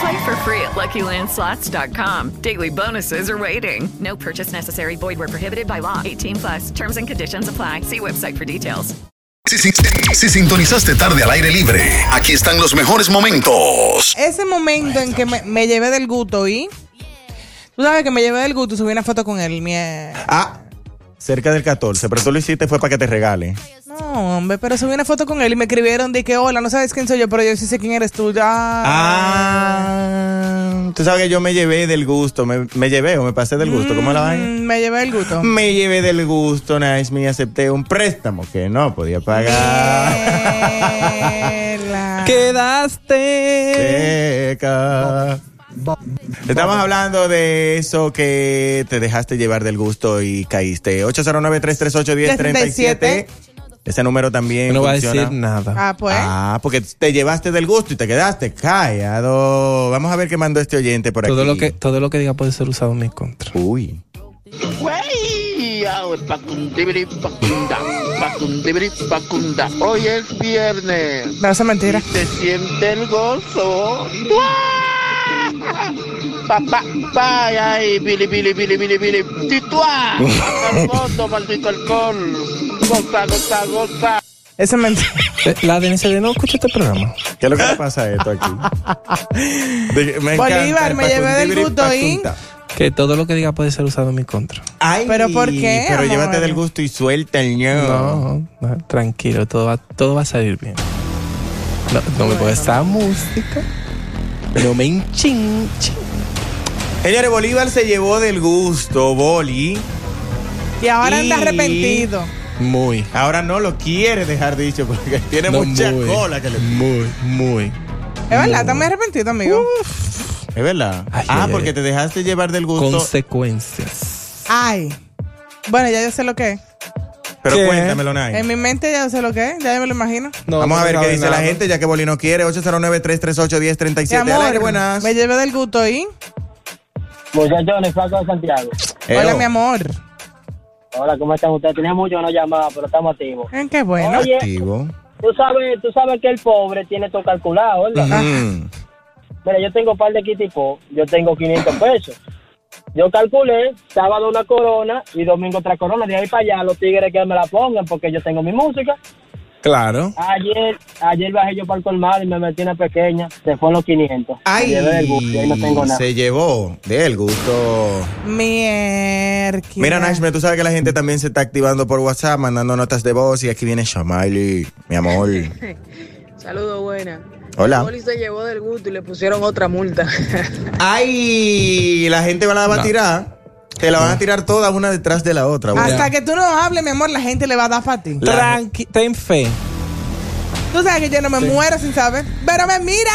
Play for free at LuckyLandSlots.com. Daily bonuses are waiting. No purchase necessary. Void where prohibited by law. 18 plus terms and conditions apply. See website for details. Si, si- si sintonizaste tarde al aire libre, aquí están los mejores momentos. Ese momento en que me, me llevé del gusto y. Tú sabes que me llevé del gusto y subí una foto con él. mie- Ah, cerca del 14, pero tú lo hiciste fue para que te regale. No, hombre, pero subí una foto con él y me escribieron de que, hola, no sabes quién soy yo, pero yo sí sé quién eres tú. Ah. Ah, tú sabes que yo me llevé del gusto, me, me llevé o me pasé del gusto, ¿cómo la vaina? Mm, Me llevé del gusto. Me llevé del gusto, nice me acepté un préstamo que no podía pagar. Mela. Quedaste. Seca. Estamos hablando de eso que te dejaste llevar del gusto y caíste. 809-338-1037. Ese número también No va a funciona. decir nada. Ah, pues. Ah, porque te llevaste del gusto y te quedaste callado. Vamos a ver qué mandó este oyente por Todo aquí. lo, que, todo lo que diga puede ser usado en mi contra. Uy. Güey, ahora, pacundibri, pacunda, pacundibri, pacunda. Hoy es viernes. No, eso es mentira. Se siente el gozo. ¡Tuá! Papá, ay, ay, bili, bili, bili, bili, bili. Tituá. Al fondo, maldito alcohol. Goza, goza, goza. Eso es mentira. Eh, La Denise de no escucha este programa. ¿Qué es lo que le pasa a esto aquí? De- me encanta Bolívar, el me llevé del pacundibri gusto, ¿y? pacunta. Que todo lo que diga puede ser usado en mi contra. Ay, ¿Pero por qué, Pero amor? llévate del gusto y suelta el ño. No, no, tranquilo, todo va, todo va a salir bien. No, no me pongas esa música. No me enchin. chin. Señores, Bolívar se llevó del gusto, Boli. Y ahora anda Y- arrepentido. Muy. Ahora no lo quiere dejar dicho porque tiene No, Mm. mucha muy, cola que le. Muy, muy. Es verdad, está muy arrepentido, amigo. Es verdad. Ay, ah, ay, porque ay. te dejaste llevar del gusto. Consecuencias. Ay. Bueno, ya yo sé lo que es. pero ¿Qué? Em, cuéntamelo, Nay. En mi mente ya yo sé lo que es. Ya yo me lo imagino. No, Vamos no a ver sabe qué dice nada. la gente, ya que Boli no quiere. 809-338-1037. Mi Al aire, buenas. Me llevé del gusto y. Muchachones, Paco de Santiago. Hola, Eo. mi amor. Hola, ¿cómo están ustedes? Tenía mucho no llamaba, pero estamos activos. Eh, Qué bueno. Oye. Activo. Tú sabes, tú sabes que el pobre tiene todo calculado, ¿verdad? Mm. Mira, yo tengo un par de kitipos, yo tengo 500 pesos. Yo calculé sábado una corona y domingo otra corona. De ahí para allá, los tigres que me la pongan porque yo tengo mi música. Claro. Ayer ayer bajé yo para el colmado y me metí una pequeña. Se fueron los 500. Ay, Me llevé el bus y ahí no tengo nada. se llevó del gusto. Mierda. Mira, Nashme, tú sabes que la gente también se está activando por WhatsApp, mandando notas de voz y aquí viene Shamiley, mi amor. Saludos, buena. Hola. Oli se llevó del gusto y le pusieron otra multa. Ay, la gente va- la va a tirar. Te la van a tirar todas una detrás de la otra. güey. Hasta que tú no hables, mi amor, la gente le va a dar para ti. La- Tranqui, ten fe. Tú sabes que yo no me muero sin saber. Pero me mira.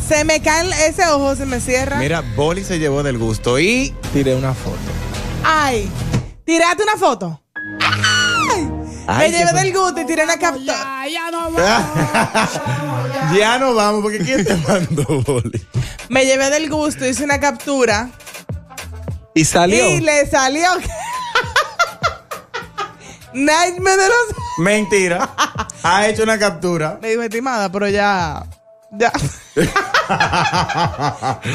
se me cae ese ojo, se me cierra. Mira, Boli se llevó del gusto y Tiré una foto. Ay. Tírate una foto. Ay, me qué llevé fue- del gusto y tiré una captura. ya no vamos porque quién te mandó Boli. Me llevé del gusto, hice una captura. Y salió. Y le salió. Nightmare de los. Mentira. Ha hecho una captura. Le digo, estimada, pero ya. Ya.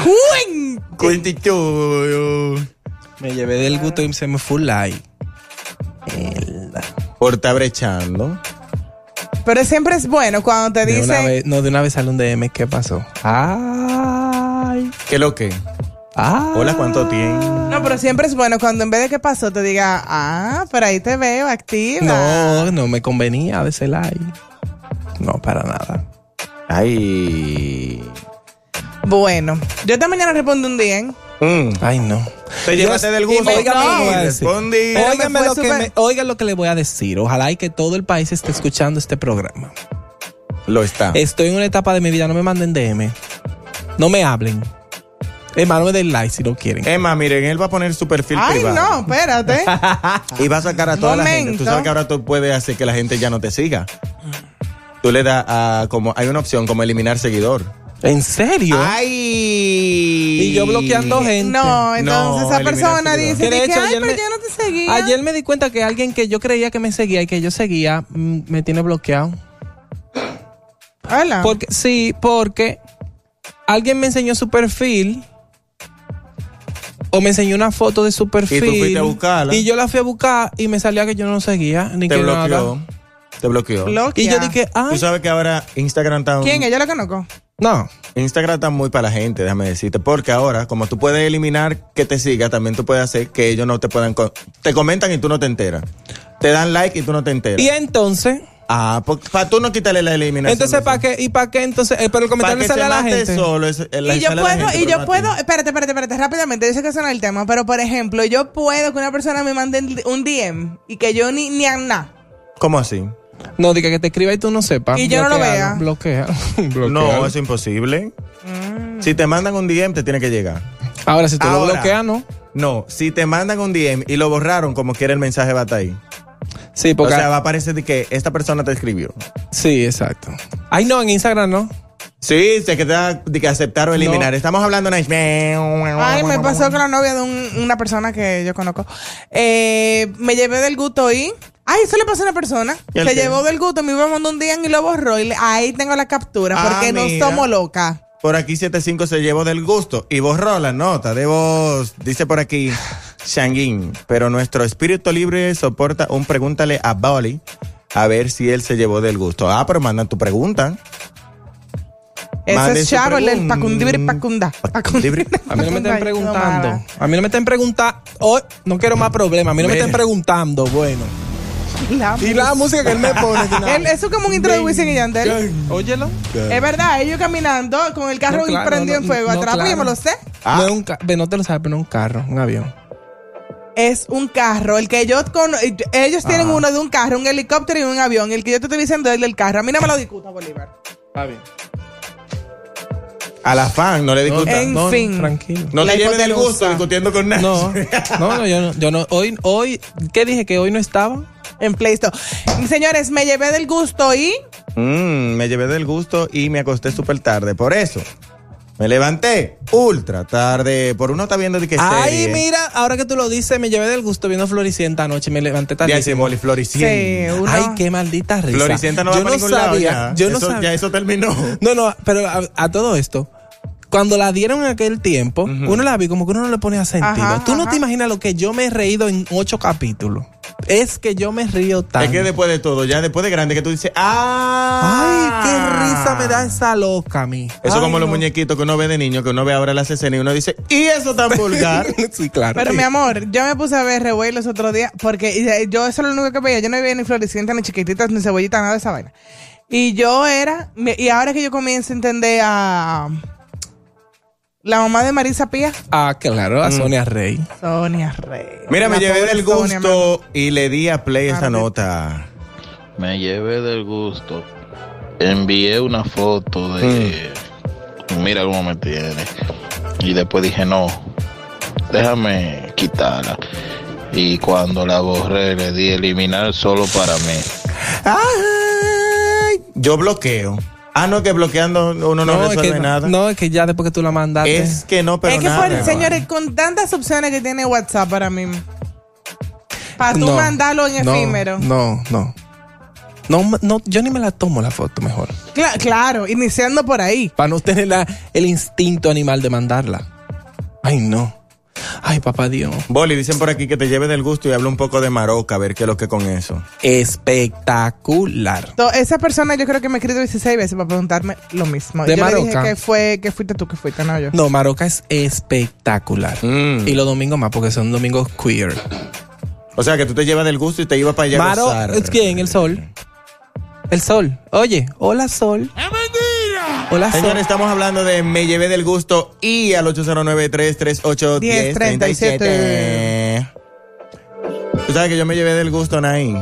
Cuen. Cuentichuyo. Me llevé del gusto y se me fue un like. Por estar brechando. Pero siempre es bueno cuando te De una dicen. vez, no, de una vez sale un DM. ¿Qué pasó? Ay. ¿Qué lo que? Hola, ¿cuánto tiempo? No, pero siempre es bueno cuando en vez de qué pasó te diga, ah, por ahí te veo, activa. No, no me convenía de Celay. No, para nada. Ay. Bueno, yo esta mañana respondo un día, ¿eh? Ay, no. Te llevaste del gusto. Óigame lo que voy a decir. Respondí. Pero Óigame me fue lo, que súper- me- oiga lo que le voy a decir. Ojalá y que todo el país esté escuchando este programa. Lo está. Estoy en una etapa de mi vida. No me manden DM. No me hablen. Es más, no me den like si no quieren. Emma, miren, él va a poner su perfil Ay, no, privado. espérate. Y va a sacar a toda la gente. Momento. Tú sabes que ahora tú puedes hacer que la gente ya no te siga. Tú le das a como hay una opción como eliminar seguidor. ¿En serio? Ay. Y Y yo bloqueando gente. No, entonces esa eliminar persona seguidores. dice Que de de que, hecho, ay, ayer pero me- yo no te seguía. Ayer me di cuenta que alguien que yo creía que me seguía y que yo seguía mm, me tiene bloqueado. Ah. Hola. Porque, sí, porque alguien me enseñó su perfil o me enseñó una foto de su perfil. fuiste a buscarla. Y yo la fui a buscar y me salía que yo no lo seguía ni Te que bloqueó. nada. Te bloqueó. Y Bloquea. yo dije, Tú ay, sabes que ahora Instagram está un- ¿Quién? Ella la conozco. no. Instagram está muy para la gente, déjame decirte, porque ahora como tú puedes eliminar que te siga, también tú puedes hacer que ellos no te puedan co- te comentan y tú no te enteras. Te dan like y tú no te enteras. Y entonces, Ah, para tú no quitarle la eliminación. entonces ¿para qué? ¿Y para qué entonces? Eh, pero el comentario le Para que sale se a la mate gente. solo, es- eh, la- Y yo sale a la puedo, gente, y pero no yo a ti. puedo, espérate, espérate, espérate, rápidamente, yo sé que eso no es el tema, pero por ejemplo, yo puedo que una persona me mande un DM y que yo ni, ni a nada. ¿Cómo así? No, diga que te escriba y tú no sepas. Y yo no lo Bloquealo, vea. Bloquea. Bloquealo. No, es imposible. Mm. Si te mandan un DM, te tiene que llegar. Ahora, si tú Ahora. lo bloqueas, no. No, si te mandan un DM y lo borraron, como quiera el mensaje va a estar ahí. Sí, porque. O sea, va a aparecer de que esta persona te escribió. sí, exacto. Ay, no, en Instagram no. Sí, se queda de que aceptar o eliminar. No. Estamos hablando de una... Ay, me pasó con la novia de un- una persona que yo conozco. Eh, me llevé del gusto y. Ay, eso le pasó a una persona. Se ¿Y el qué? llevó del gusto, me iba a mandar un día y lo borró. Y le- ahí tengo la captura, Ah, porque mira. no somos locas. Por aquí 75 se llevó del gusto y borró la nota de voz. Dice por aquí Shangin, pero nuestro espíritu libre soporta un pregúntale a Bali a ver si él se llevó del gusto. Ah, pero mandan tu pregunta. Eso Mande es su chago, el pregunta. pacundibri pacunda. Pacundibri. A mí no me estén Ay, preguntando. mala. A mí no me estén preguntando. no quiero más problemas. A mí no me Mira. estén preguntando. Bueno. La Y la música que él me pone. de una Él- eso es como un intro de Wisin y Yandel. vez. Óyelo. Es verdad, ellos caminando con el carro Eh. No, claro, prendido no, en fuego no, atrás, porque yo claro. me lo sé. No es un ca- ve, no te lo sabes, pero no es un carro, un avión. Es un carro, el que yo con ellos tienen uno de un carro, un helicóptero y un avión. El que yo te estoy diciendo es el del carro. A mí no me lo discuta, Bolívar. Está bien. A la fan, no le discutan. En fin. Tranquilo. No La te lleven del hipotenusa. gusto discutiendo con nadie. No, no, no, yo no, yo no. Hoy, hoy, ¿qué dije? Que hoy no estaba. En Play Store. Señores, me llevé del gusto y Mm, me llevé del gusto y me acosté súper tarde. Por eso, me levanté ultra tarde. Por uno está viendo de qué Ay, serie. mira, ahora que tú lo dices, me llevé del gusto viendo Floricienta anoche, me levanté De tarde. Acimoli, Floricienta. Sí, uno- Ay, qué maldita risa. Floricienta no va yo para no ningún lado sabía, ya. yo no Eso- sabía. Ya eso terminó. No, no, pero a, a todo esto, cuando la dieron en aquel tiempo, uno la vi como que uno no le ponía sentido. Ajá, Tú no ajá. te imaginas lo que yo me he reído en ocho capítulos. Es que yo me río tanto. Es que después de todo, ya después de grande, que tú dices, ¡ah! Ay, qué risa me da esa loca a mí. Eso Ay, como los no. muñequitos que uno ve de niño, que uno ve ahora las escenas y uno dice, ¡y eso tan vulgar! sí, claro. Pero mi amor, yo me puse a ver Reway los otros días porque eh, yo eso es lo único que veía. Yo no veía ni florecientes, ni chiquititas, ni cebollitas, nada de esa vaina. Y yo era, me- y ahora que yo comienzo a entender a la mamá de Marisa Pía, Ah, claro, a Mm. Sonia Rey. Sonia Rey. Mira, me La llevé pobre del Sonia, mi amor. gusto y le di a play esa Tarde. nota. Me llevé del gusto. Envié una foto de. Mira cómo me tiene. Y después dije, no, déjame quitarla. Y cuando la borré, le di eliminar solo para mí. Ay, yo bloqueo. Ah, no, que bloqueando uno no, es resuelve que, nada. No, es que ya después que tú la mandaste. Es que no, pero es que, nada. por- señores, con tantas opciones que tiene WhatsApp para mí, para tú No, mandarlo en no, efímero. No, no. No, no, yo ni me la tomo la foto mejor. Cla- claro, iniciando por ahí. Para no tener la- el instinto animal de mandarla. Ay, no. Ay, papá Dios. Boli, dicen por aquí que te lleve del gusto y habla un poco de Maroca, a ver qué es lo que con eso. Espectacular. To- Esa persona yo creo que me ha escrito 16 veces para preguntarme lo mismo. De yo le dije Maroca. que fue, que fuiste tú, que fuiste, no yo. No, Maroca es espectacular. Mm. Y los domingos más, porque son domingos queer. O sea, que tú te llevas del gusto y te ibas para allá a Maro, gozar. es quién? El sol. El sol. Oye, hola sol. Hola, Señores, Sol. estamos hablando de Me Llevé del Gusto y al 809-338-1037. Tú sabes que yo me llevé del gusto, Nay.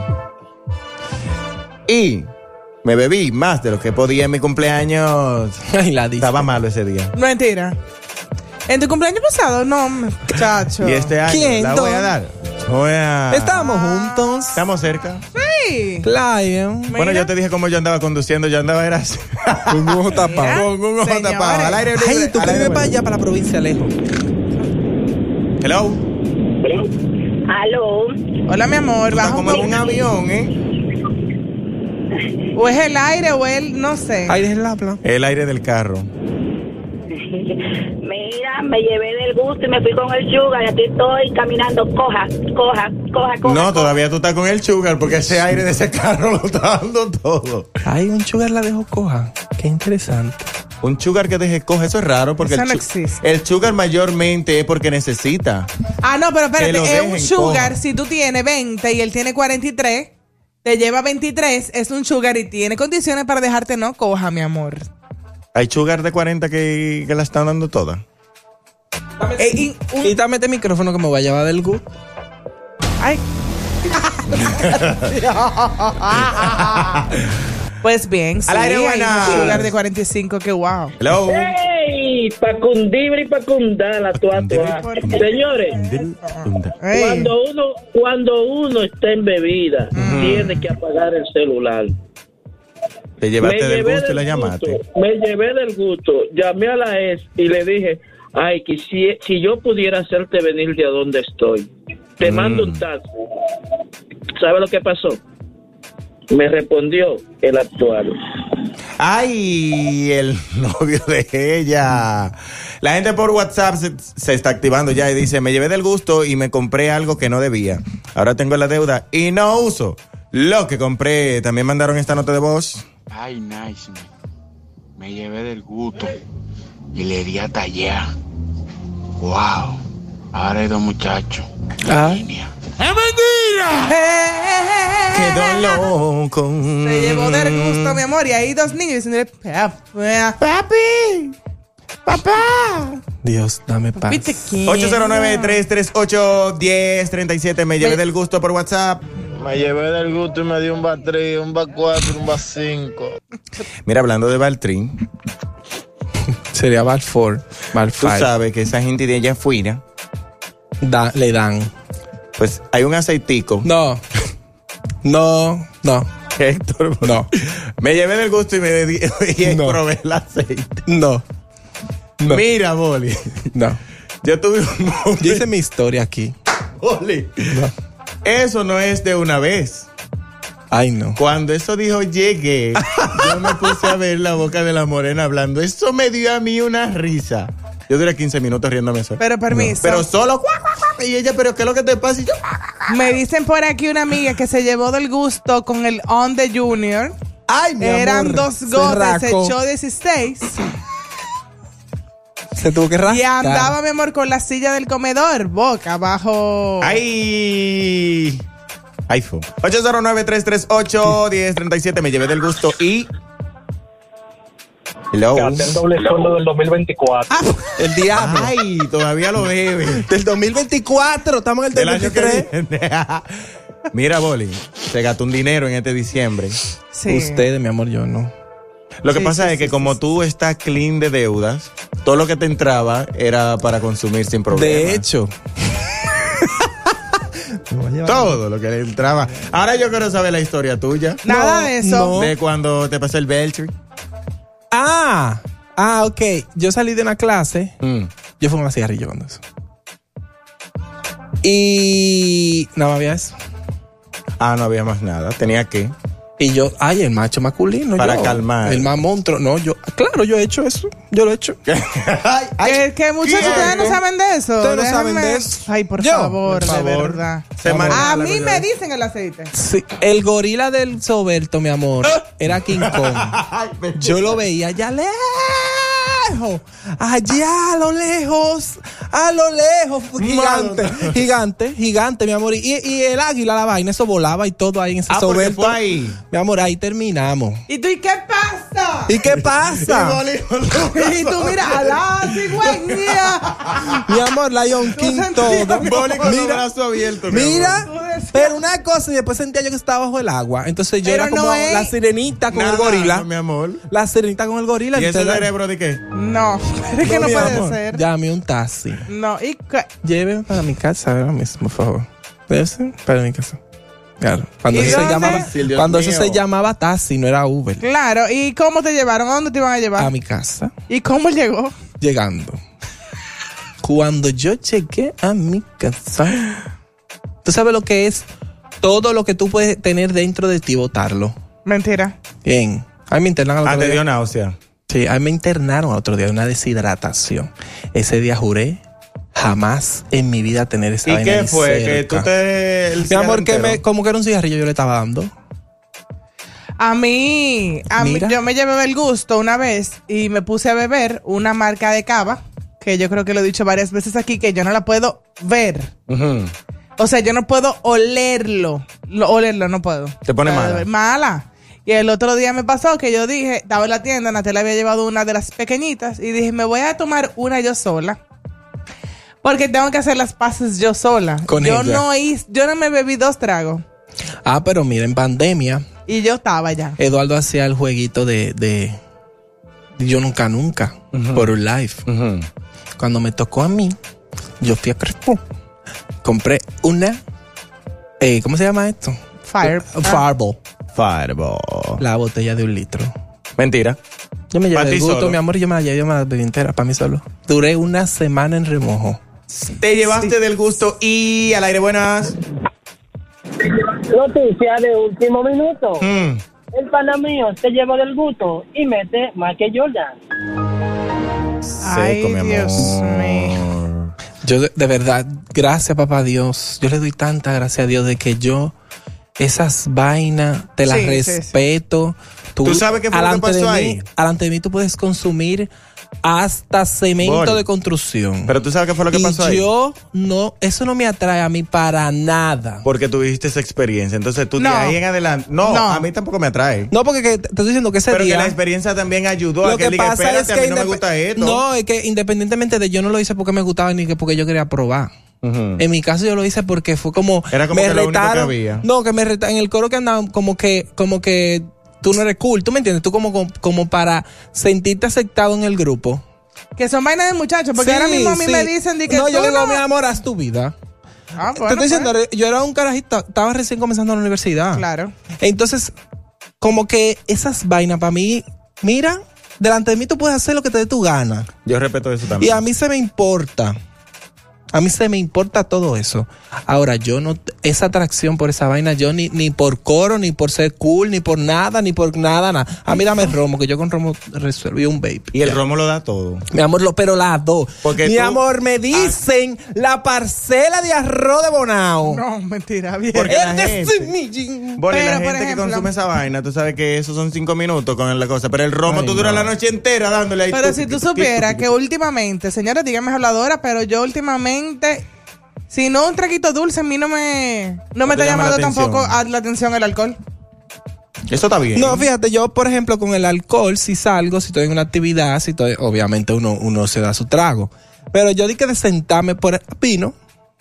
Y me bebí más de lo que podía en mi cumpleaños. Estaba malo ese día. Mentira. En tu cumpleaños pasado, no, muchacho. Y este año ¿Quién, la voy a don? dar. Voy a- Estamos juntos. Estamos cerca. Sí. Claro. Bueno, yo te dije cómo yo andaba conduciendo. Yo andaba era así. Con un ojo tapado. Con un ojo tapado. Al aire libre. Ay, tú al que vives aire libre. para allá, para la provincia lejos. Hello. Aló. Hola, mi amor. Baja como un avión, ¿eh? O es el aire o el, no sé. Aire es la habla. El aire del carro. Mira, me llevé del gusto y me fui con el sugar y aquí estoy caminando, coja, coja, coja, coja. No, todavía tú estás con el sugar porque ese aire de ese carro lo está dando todo. Ay, un sugar la dejó coja. Qué interesante. Un sugar que deje coja, eso es raro porque Eso el, no chu- el sugar mayormente es porque necesita. Ah, no, pero Que lo espérate, es un dejen, sugar. coja. Si tú tienes 20 y él tiene 43, te lleva 23, es un sugar y tiene condiciones para dejarte no coja, mi amor. Hay sugar de 40 que, que la están dando toda. Eh, y, Quítame este micrófono que me voy a llevar del gusto. Ay. pues bien, sí, Al aire, hay buenas. un sugar de 45, que wow. Hello. ¡Ey! Pacundibre y pacundala, tua, tua. Señores, Ey. cuando uno, cuando uno está en bebida, tiene que apagar el celular. Te llevaste Me del llevé gusto y la del llamaste. Me llevé del gusto, llamé a la ex y le dije, ay, que si, si yo pudiera hacerte venir de a donde estoy, te mando Mm. un taxi. ¿Sabe lo que pasó? Me respondió el actual. Ay, el novio de ella. La gente por WhatsApp se, se está activando ya y dice, me llevé del gusto y me compré algo que no debía. Ahora tengo la deuda y no uso lo que compré. También mandaron esta nota de voz. Ay, nice. man. Me llevé del gusto y le di hasta allá. Wow. Ahora hay dos muchachos. Quedó loco. Se llevó del gusto, mi amor. Y ahí dos niños diciéndole, papi, papá. Dios, dame paz. Viste que- 809-338-1037. Me llevé del gusto por WhatsApp. Me llevé del gusto y me dio un va 3, un va 4, un va 5. Mira, hablando de Baltrín. Sería Balfour. Tú sabes que esa gente de allá afuera le dan. Pues hay un aceitico. No. No, no. Héctor, no. Me llevé del gusto y me di- y No. probé el aceite. No. No. Mira, Boli. No. Yo tuve un momento. Yo hice mi historia aquí. Boli. Eso no es de una vez. Ay, no. Cuando eso dijo llegué, yo me puse a ver la boca de la morena hablando. Eso me dio a mí una risa. Yo duré 15 minutos riéndome solo. Pero permiso. Pero solo. guau, guau, guau. Y ella, pero ¿qué es lo que te pasa? Y yo, guau, guau, guau. Me dicen por aquí una amiga que se llevó del gusto con el On the Junior. Ay, mi Eran amor, dos se gotas, se racó. echó 16. Se tuvo que rascar. Y andaba, mi amor, con la silla del comedor, boca abajo. ¡Ay! iPhone. 809-338-1037. Me llevé del gusto y. Hello. Ah, el doble sueldo del 2024. Ah, pues. El diablo. Ay, todavía lo debe. Del 2024, estamos en el Del año que 2023. viene. Mira, Boli, se gastó un dinero en este diciembre. Sí. Ustedes, mi amor, yo no. Lo que Sí, pasa sí, es que como tú estás clean de deudas, todo lo que te entraba era para consumir sin problema. De hecho. Todo lo que le entraba. Ahora yo quiero saber la historia tuya. Nada No, de eso. no. De cuando te pasó el Belcher. Ah, ah, ok. Yo salí de una clase. Mm. Yo fumé una cigarrillo cuando eso. Y nada más había eso. Ah, no había más nada. Tenía que. Y yo, ay, el macho masculino. Para yo, calmar. El más monstruo. No, yo, claro, yo he hecho eso. Yo lo he hecho. que, que muchachos, ¿Qué? ustedes no saben de eso. Ustedes no saben Déjenme- de eso. Ay, por Yo, favor, por de favor. verdad. Se maneja A la mí cosa de- me dicen el aceite. Sí, el gorila del Soberto, mi amor, Ah. era King Kong. Yo lo veía allá lejos, allá a lo lejos, a lo lejos, gigante, gigante, gigante, mi amor. Y, y el águila, la vaina, eso volaba y todo ahí en ese Ah, porque Soberto. fue ahí. Mi amor, ahí terminamos. ¿Y tú, y qué pasa? ¿Y qué pasa? y tú, mira, alá, sí, güey, mira. mi amor, Lion King todo. Mira, abierto. mira, pero una cosa, y después sentía yo que estaba bajo el agua. Entonces yo Pero era como no es- la sirenita con Nada, el gorila. no, mi amor. La sirenita con el gorila. ¿Y ese entonces- cerebro de qué? No, es que no mi puede amor, ser. Llame un taxi. No, y qué- Lléveme para mi casa ahora mismo, por favor. Llévese para mi casa. Claro. Cuando, ¿Y eso se, dónde? llamaba, Sí, Dios cuando eso mío. se llamaba taxi, no era Uber. claro, ¿y cómo te llevaron? ¿A dónde te iban a llevar? A mi casa, ¿Y cómo llegó? llegando. Cuando yo llegué a mi casa, tú sabes lo que es todo lo que tú puedes tener dentro de ti, botarlo. Mentira. Bien. Ahí me internaron al Ah, otro te día. dio náusea. Sí, ahí me internaron al otro día de una deshidratación. Ese día juré jamás en mi vida tener esa ¿Y vaina qué ni fue? Que cerca. tú te. el Mi amor, cigarro que me, entero? como que era un cigarrillo yo le estaba dando. A mí, a mí- Mira. yo me llevé el gusto una vez y me puse a beber una marca de cava, que yo creo que lo he dicho varias veces aquí, que yo no la puedo ver. O sea, yo no puedo olerlo. Lo- olerlo no puedo. Te pone O sea, mala. Mala. Y el otro día me pasó que yo dije, estaba en la tienda, Natalia había llevado una de las pequeñitas y dije, me voy a tomar una yo sola. Porque tengo que hacer las paces yo sola. Con yo ella. no hice, yo no me bebí dos tragos. Ah, pero mira, en pandemia, Y yo estaba ya. Eduardo hacía el jueguito de, de- de Yo Nunca Nunca por un live. Cuando me tocó a mí, yo fui a Crespo. Compré una. eh, ¿Cómo se llama esto? Fire. Uh, Fireball. Fireball. La botella de un litro. Mentira. Yo me llevé Pa' ti el gusto, solo. mi amor, y yo me la llevé, yo me la bebí entera para mí solo. Duré una semana en remojo. Te llevaste del gusto y al aire buenas. Noticia de último minuto. Mm. El pana mío se llevó del gusto y mete más que Jordan. Ay, Dios mío. Yo de, de verdad, gracias papá Dios. Yo le doy tanta gracia a Dios de que yo esas vainas te las Sí, sí, sí. respeto. ¿Tú sabes qué fue lo que alante de pasó mí- ahí? alante de mí tú puedes consumir hasta cemento Bol. de construcción. Pero tú sabes qué fue lo que y pasó ahí. yo no, eso no me atrae a mí para nada. Porque tuviste esa experiencia. Entonces tú No. de ahí en adelante. No, No. a mí tampoco me atrae. No, porque que- te estoy diciendo que ese Pero día... que la experiencia también ayudó a Lo que él que diga, pasa es espérate, que a mí no me indep- gusta esto. No, es que independientemente de yo no lo hice porque me gustaba ni que porque yo quería probar. En mi caso yo lo hice porque fue como Era como me que lo único que retaron. había. No, que me retaron en el coro que andaban como que como que tú no eres cool, ¿tú me entiendes? Tú como como, como para sentirte aceptado en el grupo. Que son vainas de muchachos, porque Sí, ahora mismo a mí sí. me dicen de que No, tú yo digo, mi amor, haz tu vida. Ah, Te bueno, estoy diciendo, re- yo era un carajito, estaba recién comenzando la universidad. Claro. Entonces, como que esas vainas para mí, mira, delante de mí tú puedes hacer lo que te dé tu gana. Yo respeto eso Y también. a mí se me importa. A mí se me importa todo eso. Ahora, yo no, esa atracción por esa vaina, yo ni, ni por coro, ni por ser cool, ni por nada, ni por nada, nada. A mí dame romo, que yo con romo resuelvo y un baby. Y el romo lo da todo. Mi amor, lo, pero las dos. Porque Mi tú- amor, me dicen la parcela de arroz de Bonao. No, mentira, bien. Porque la gente- Boli, la Pero, por gente que ejemplo- consume esa vaina, tú sabes que esos son cinco minutos con la cosa. Pero el romo Ay, tú duras no. la noche entera dándole ahí. Pero si tú supieras que últimamente, señores, díganme habladora, pero yo últimamente, si no un traguito dulce, a mí no me, no me te está llama la llamando atención. tampoco a la atención el alcohol. Eso está bien. No, fíjate, yo, por ejemplo, con el alcohol, si salgo, si estoy en una actividad, si estoy, obviamente uno, uno se da su trago. Pero yo di que de sentarme por vino,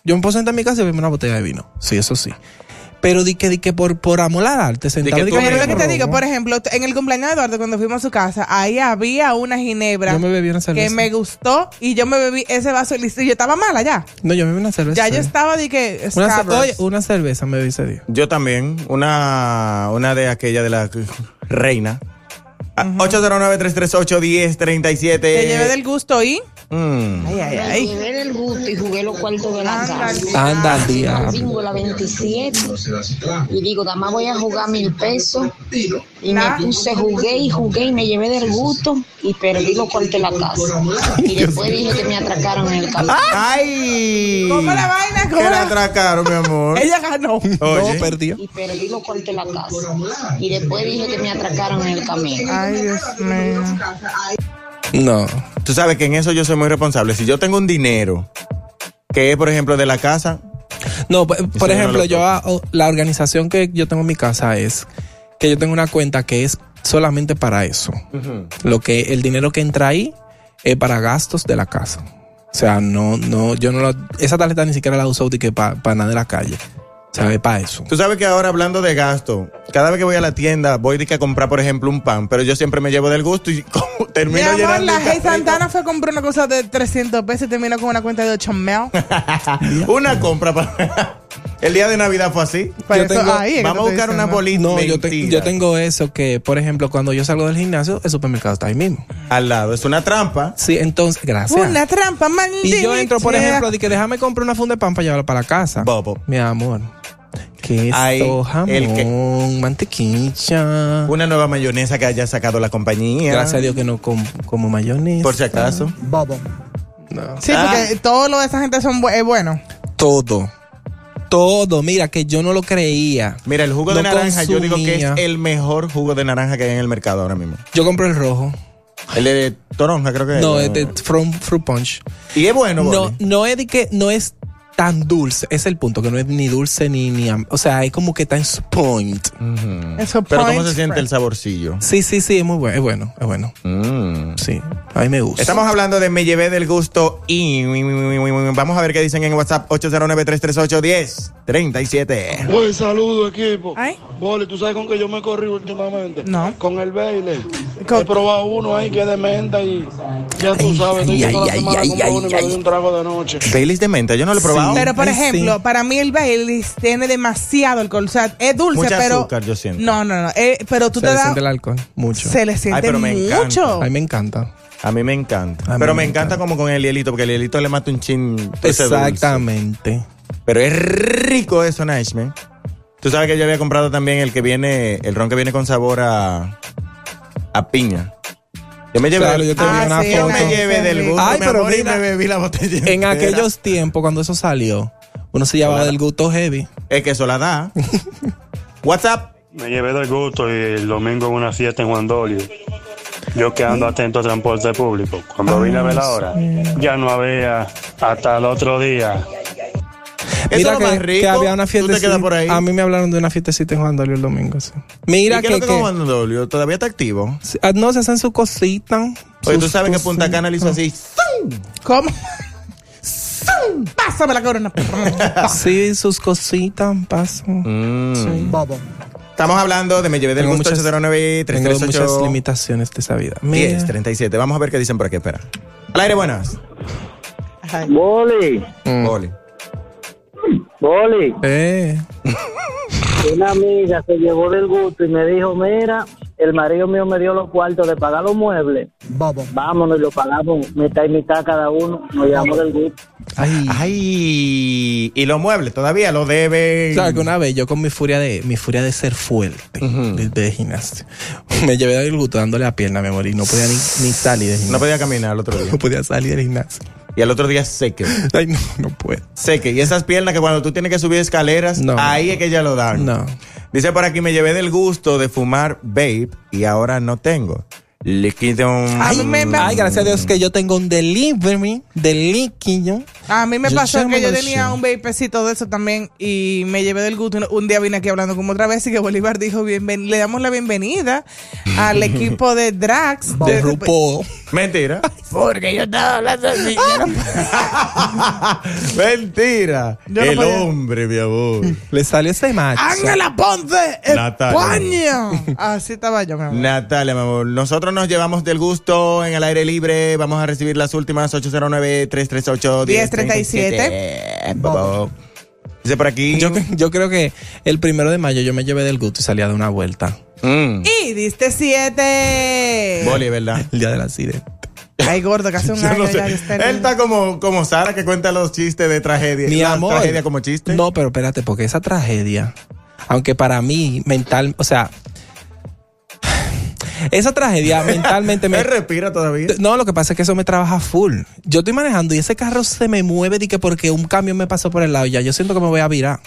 yo me puedo sentar en mi casa y beberme una botella de vino. Sí, eso sí. Pero di que, di que por, por amor al arte, sentarme di que Pero lo me que te robo. digo, por ejemplo, t- en el cumpleaños de Eduardo, cuando fuimos a su casa, ahí había una ginebra Yo me bebí una cerveza. que me gustó y yo me bebí ese vaso y listo, y yo estaba mala ya. No, yo me bebí una cerveza. Ya yo estaba de que... Una, ce- Starburst. oye, una cerveza me bebí ese día. Yo también. Una, una de aquella de la Ah, reina. 809 338 1037 Eh, Te llevé del gusto y... Mm. Ay, ay, ay. Me llevé del gusto y jugué los cuartos de la casa. Anda Ah, al Al diablo. bingo la 27. Y digo, nada más voy a jugar mil pesos. Y me puse, jugué y jugué y me llevé del gusto y perdí los cuartos de la casa. Y después dije que me atracaron en el camino. ¡Ay! ¿Cómo la vaina? ¿Cómo Que la la- atracaron, mi amor. Ella ganó. Oye. No, perdió. Y perdí los cuartos de la casa. Y después dije que me atracaron en el camino. Ay, Dios mío. No. Tú sabes que en eso yo soy muy responsable. Si yo tengo un dinero que es, por ejemplo, de la casa, No, por, por Eso yo no ejemplo, lo yo a- o- la organización que yo tengo en mi casa es que yo tengo una cuenta que es solamente para eso. Lo que el dinero que entra ahí es para gastos de la casa. O sea, no, no, yo no la- esa tarjeta ni siquiera la uso de que para nada de la calle. O sea, es para eso. tú sabes que ahora hablando de gasto, cada vez que voy a la tienda voy de que a comprar, por ejemplo, un pan, pero yo siempre me llevo del gusto y como Mi termino amor, llenando la el G carrito. Santana fue a comprar una cosa de 300 pesos y terminó con una cuenta de 8 mil. una compra para... El día de Navidad fue así. Para Yo eso, tengo- ahí es que Vamos te a estoy buscar una diciendo. bolita. No, yo, te- mentira. yo tengo eso que, por ejemplo, cuando yo salgo del gimnasio, el supermercado está ahí mismo. Al lado, es una trampa. Sí, entonces, gracias. Una trampa maldita. Y yo entro, por ejemplo, de que déjame comprar una funda de pan para llevarla para la casa. Bobo. Mi amor. Queso, Ay, jamón, el mantequilla. Una nueva mayonesa que haya sacado la compañía. Gracias a Dios que no com- como mayonesa. Por si acaso. Bobo. No. Sí, porque todo lo de esa gente son bu- es bueno. Todo. Todo. Mira, que yo no lo creía. Mira, el jugo de No naranja, yo digo que consumía. es el mejor jugo de naranja que hay en el mercado ahora mismo. Yo compro el rojo. El de toronja, creo que No, es. es de from, Fruit Punch. Y es bueno, No, Boli. no es de que no es tan dulce. Es el punto, que no es ni dulce ni. ni am- o sea, es como que está en su point. Eso Pero point ¿cómo se siente spread. el saborcillo? Sí, sí, sí, es muy bueno. Es bueno, es bueno. Mm. Sí, a mí me gusta. Estamos hablando de Me Llevé del Gusto y vamos a ver qué dicen en WhatsApp 809-338-1037. Pues saludo, equipo. Ay. Boli, ¿tú sabes con que yo me corrí últimamente? No. Con el baile. Con- He probado uno ahí que es de menta y ya tú sabes, ay, estoy toda la ay, semana ay, compro ay, uno y me ay. doy un trago de noche. Baileys de menta, yo no lo he probado. Pero por Ay, sí. ejemplo, para mí el Baileys tiene demasiado alcohol. O sea, es dulce, Mucho pero. azúcar, yo siento. No, no, no. eh, pero tú Se te le das. siente el alcohol mucho. Se le siente pero me encanta. mucho. A mí me encanta. A mí me encanta. A mí pero me me encanta, encanta. como con el hielito, porque el hielito le mata un chin. ese dulce. Exactamente. Pero es rico eso, Naishman. Tú sabes que yo había comprado también el que viene, el ron que viene con sabor a, a piña. Yo me llevé, Claro, yo te vi Ah, una sí, yo foto. me llevé del gusto, Ay, mi pero amor, y mira, me bebí la botella. En entera. aquellos tiempos, cuando eso salió, uno se llevaba del gusto heavy. Es que eso la da. WhatsApp. Me llevé del gusto y el domingo en una fiesta en Juan Dolio. Yo quedando atento al transporte público. Cuando vine a ver la hora, ya no había hasta el otro día. Eso Mira es lo que, más rico. que había una Tú fiesta. Ah, te quedas por ahí. A mí me hablaron de una fiestecita en Juan Dolio el domingo. sí. Mira ¿Y qué que, es lo que que- con Juan Dolio? ¿Todavía está activo? sí, ah, no se hacen su cosita. Oye, tú sus sabes que Punta Cana le hizo así. ¿Cómo? ¡Zum! Pásame la corona. Ah. cositas. Sí, sus cositas, paso. Mm. Sí. Bobo. Estamos hablando de Me Llevé del Mm. Tengo Gusto muchas- Tengo muchas 809 limitaciones de esa vida. Mira. 10 37 Vamos a ver qué dicen por aquí. Espera. Al aire, buenas. Boli, Mm. Boli. Boli, Eh. una amiga se llevó del gusto y me dijo, mira, el marido mío me dio los cuartos de pagar los muebles. Vámonos y lo pagamos mitad y mitad cada uno. Nos llevamos del gusto. Ay. Ay, y los muebles todavía lo deben. O sea, que una vez yo con mi furia de mi furia de ser fuerte de, de gimnasio, me llevé del gusto dándole la pierna, me morí. No podía ni, ni salir del gimnasio. No podía caminar el otro día. No podía salir del gimnasio. Y al otro día seque. Ay, no, no puedo. Seque. Y esas piernas que cuando tú tienes que subir escaleras, No. ahí es que ya lo dan. No. Dice por aquí, me llevé del gusto de fumar vape y ahora no tengo. Líquido. Ay, me- Mm, me- Ay, gracias a Dios que yo tengo un delivery de líquido. A mí me Yo pasó siempre que yo lo tenía sé. un vapecito de eso también y me llevé del gusto. Un día vine aquí hablando como otra vez y que Bolívar dijo, "Bienven- le damos la bienvenida al equipo de Drax. De RuPaul. Mentira. Porque yo estaba hablando así. Mentira. Yo no el podía. hombre, mi amor. Le salió ese macho. Ángela Ponce, Natalia. España. Así estaba yo, mi amor. Natalia, mi amor. Nosotros nos llevamos del gusto en el aire libre. Vamos a recibir las últimas 809-338-1037. Bobo. Dice por aquí. Yo, yo creo que el primero de mayo yo me llevé del gusto y salía de una vuelta. Mm. Y diste siete. Eh, Boli, ¿verdad? El día del accidente. Ay, gordo, que hace un Yo año no sé. ya que está en- Él está como, como Sara que cuenta los chistes de tragedia. Mi Las amor. tragedias como chiste. No, pero espérate, porque esa tragedia, aunque para mí mental, o sea, esa tragedia mentalmente me... Él respira todavía. No, lo que pasa es que eso me trabaja full. Yo estoy manejando y ese carro se me mueve de que porque un camión me pasó por el lado ya yo siento que me voy a virar.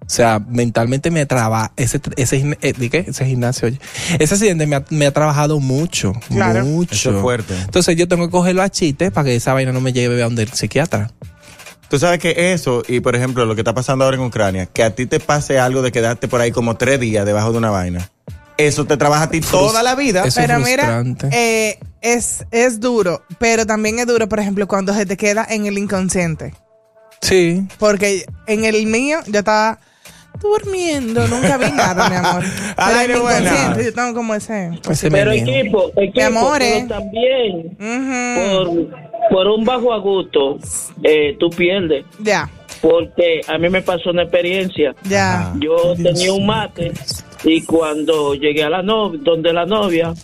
O sea, mentalmente me traba ese ese gim- eh, ¿de qué? ese gimnasio. oye. Ese accidente me ha, me ha trabajado mucho, Claro. mucho. Eso es fuerte. Entonces yo tengo que cogerlo a chistes para que esa vaina no me lleve a donde el psiquiatra. Tú sabes que eso, y por ejemplo, lo que está pasando ahora en Ucrania, que a ti te pase algo de quedarte por ahí como tres días debajo de una vaina. Eso te trabaja a ti toda la vida. pero mira, eh, es, es duro, pero también es duro, por ejemplo, cuando se te queda en el inconsciente. Sí. Porque en el mío yo estaba durmiendo, nunca vi nada, mi amor. Al Pero en aire mi buena. inconsciente yo tengo como ese... Ese Pero meneo. equipo, equipo, Mi amor, pero eh. también por, por un bajo a gusto eh, tú pierdes. Ya. Porque a mí me pasó una experiencia. Ya. Yo tenía un mate y cuando llegué a la novia, donde la novia,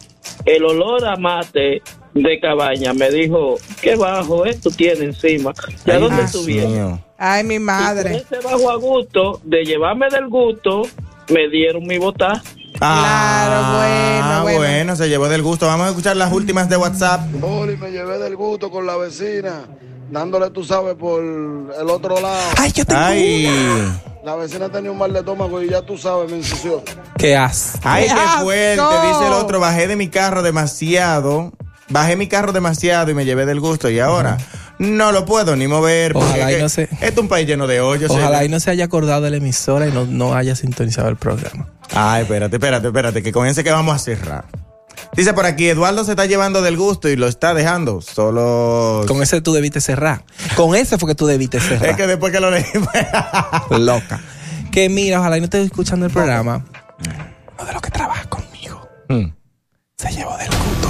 el olor a mate de cabaña me dijo, qué bajo esto tiene encima. ¿Y a dónde tú vienes? Ay, mi Y madre. con ese bajo a gusto, de llevarme del gusto, me dieron mi botar. Ah, bueno, bueno. se llevó del gusto. Vamos a escuchar las últimas de WhatsApp. Oli, me llevé del gusto con la vecina, dándole, tú sabes, por el otro lado. Ay, yo tengo Ay. La vecina tenía un mal de estómago y ya tú sabes, me ensució. Qué asco. Ay, qué ah, ¡Asco! fuerte, dice el otro. Bajé de mi carro demasiado. Bajé mi carro demasiado y me llevé del gusto. Y ahora no lo puedo ni mover. porque Ojalá y es que no se- Este es un país lleno de hoyos. Ojalá y no se haya acordado de la emisora y no, no haya sintonizado el programa. Ay, espérate, espérate, espérate, que con ese que vamos a cerrar. Dice por aquí, Eduardo se está llevando del gusto y lo está dejando. Solo. Con ese tú debiste cerrar. Con ese fue que tú debiste cerrar. Es que después que lo leí. pues. Loca. Que mira, ojalá y no esté escuchando el programa. Mm. Se llevó del gusto.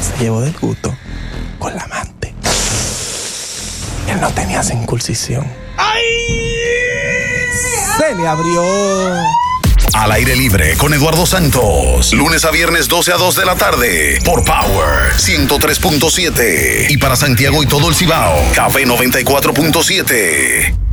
Se llevó del gusto con la amante. Él no tenía circuncisión. Se le abrió. Al aire libre con Eduardo Santos. Lunes a viernes 12 a 2 de la tarde por Power 103.7. Y para Santiago y todo el Cibao, KB 94.7.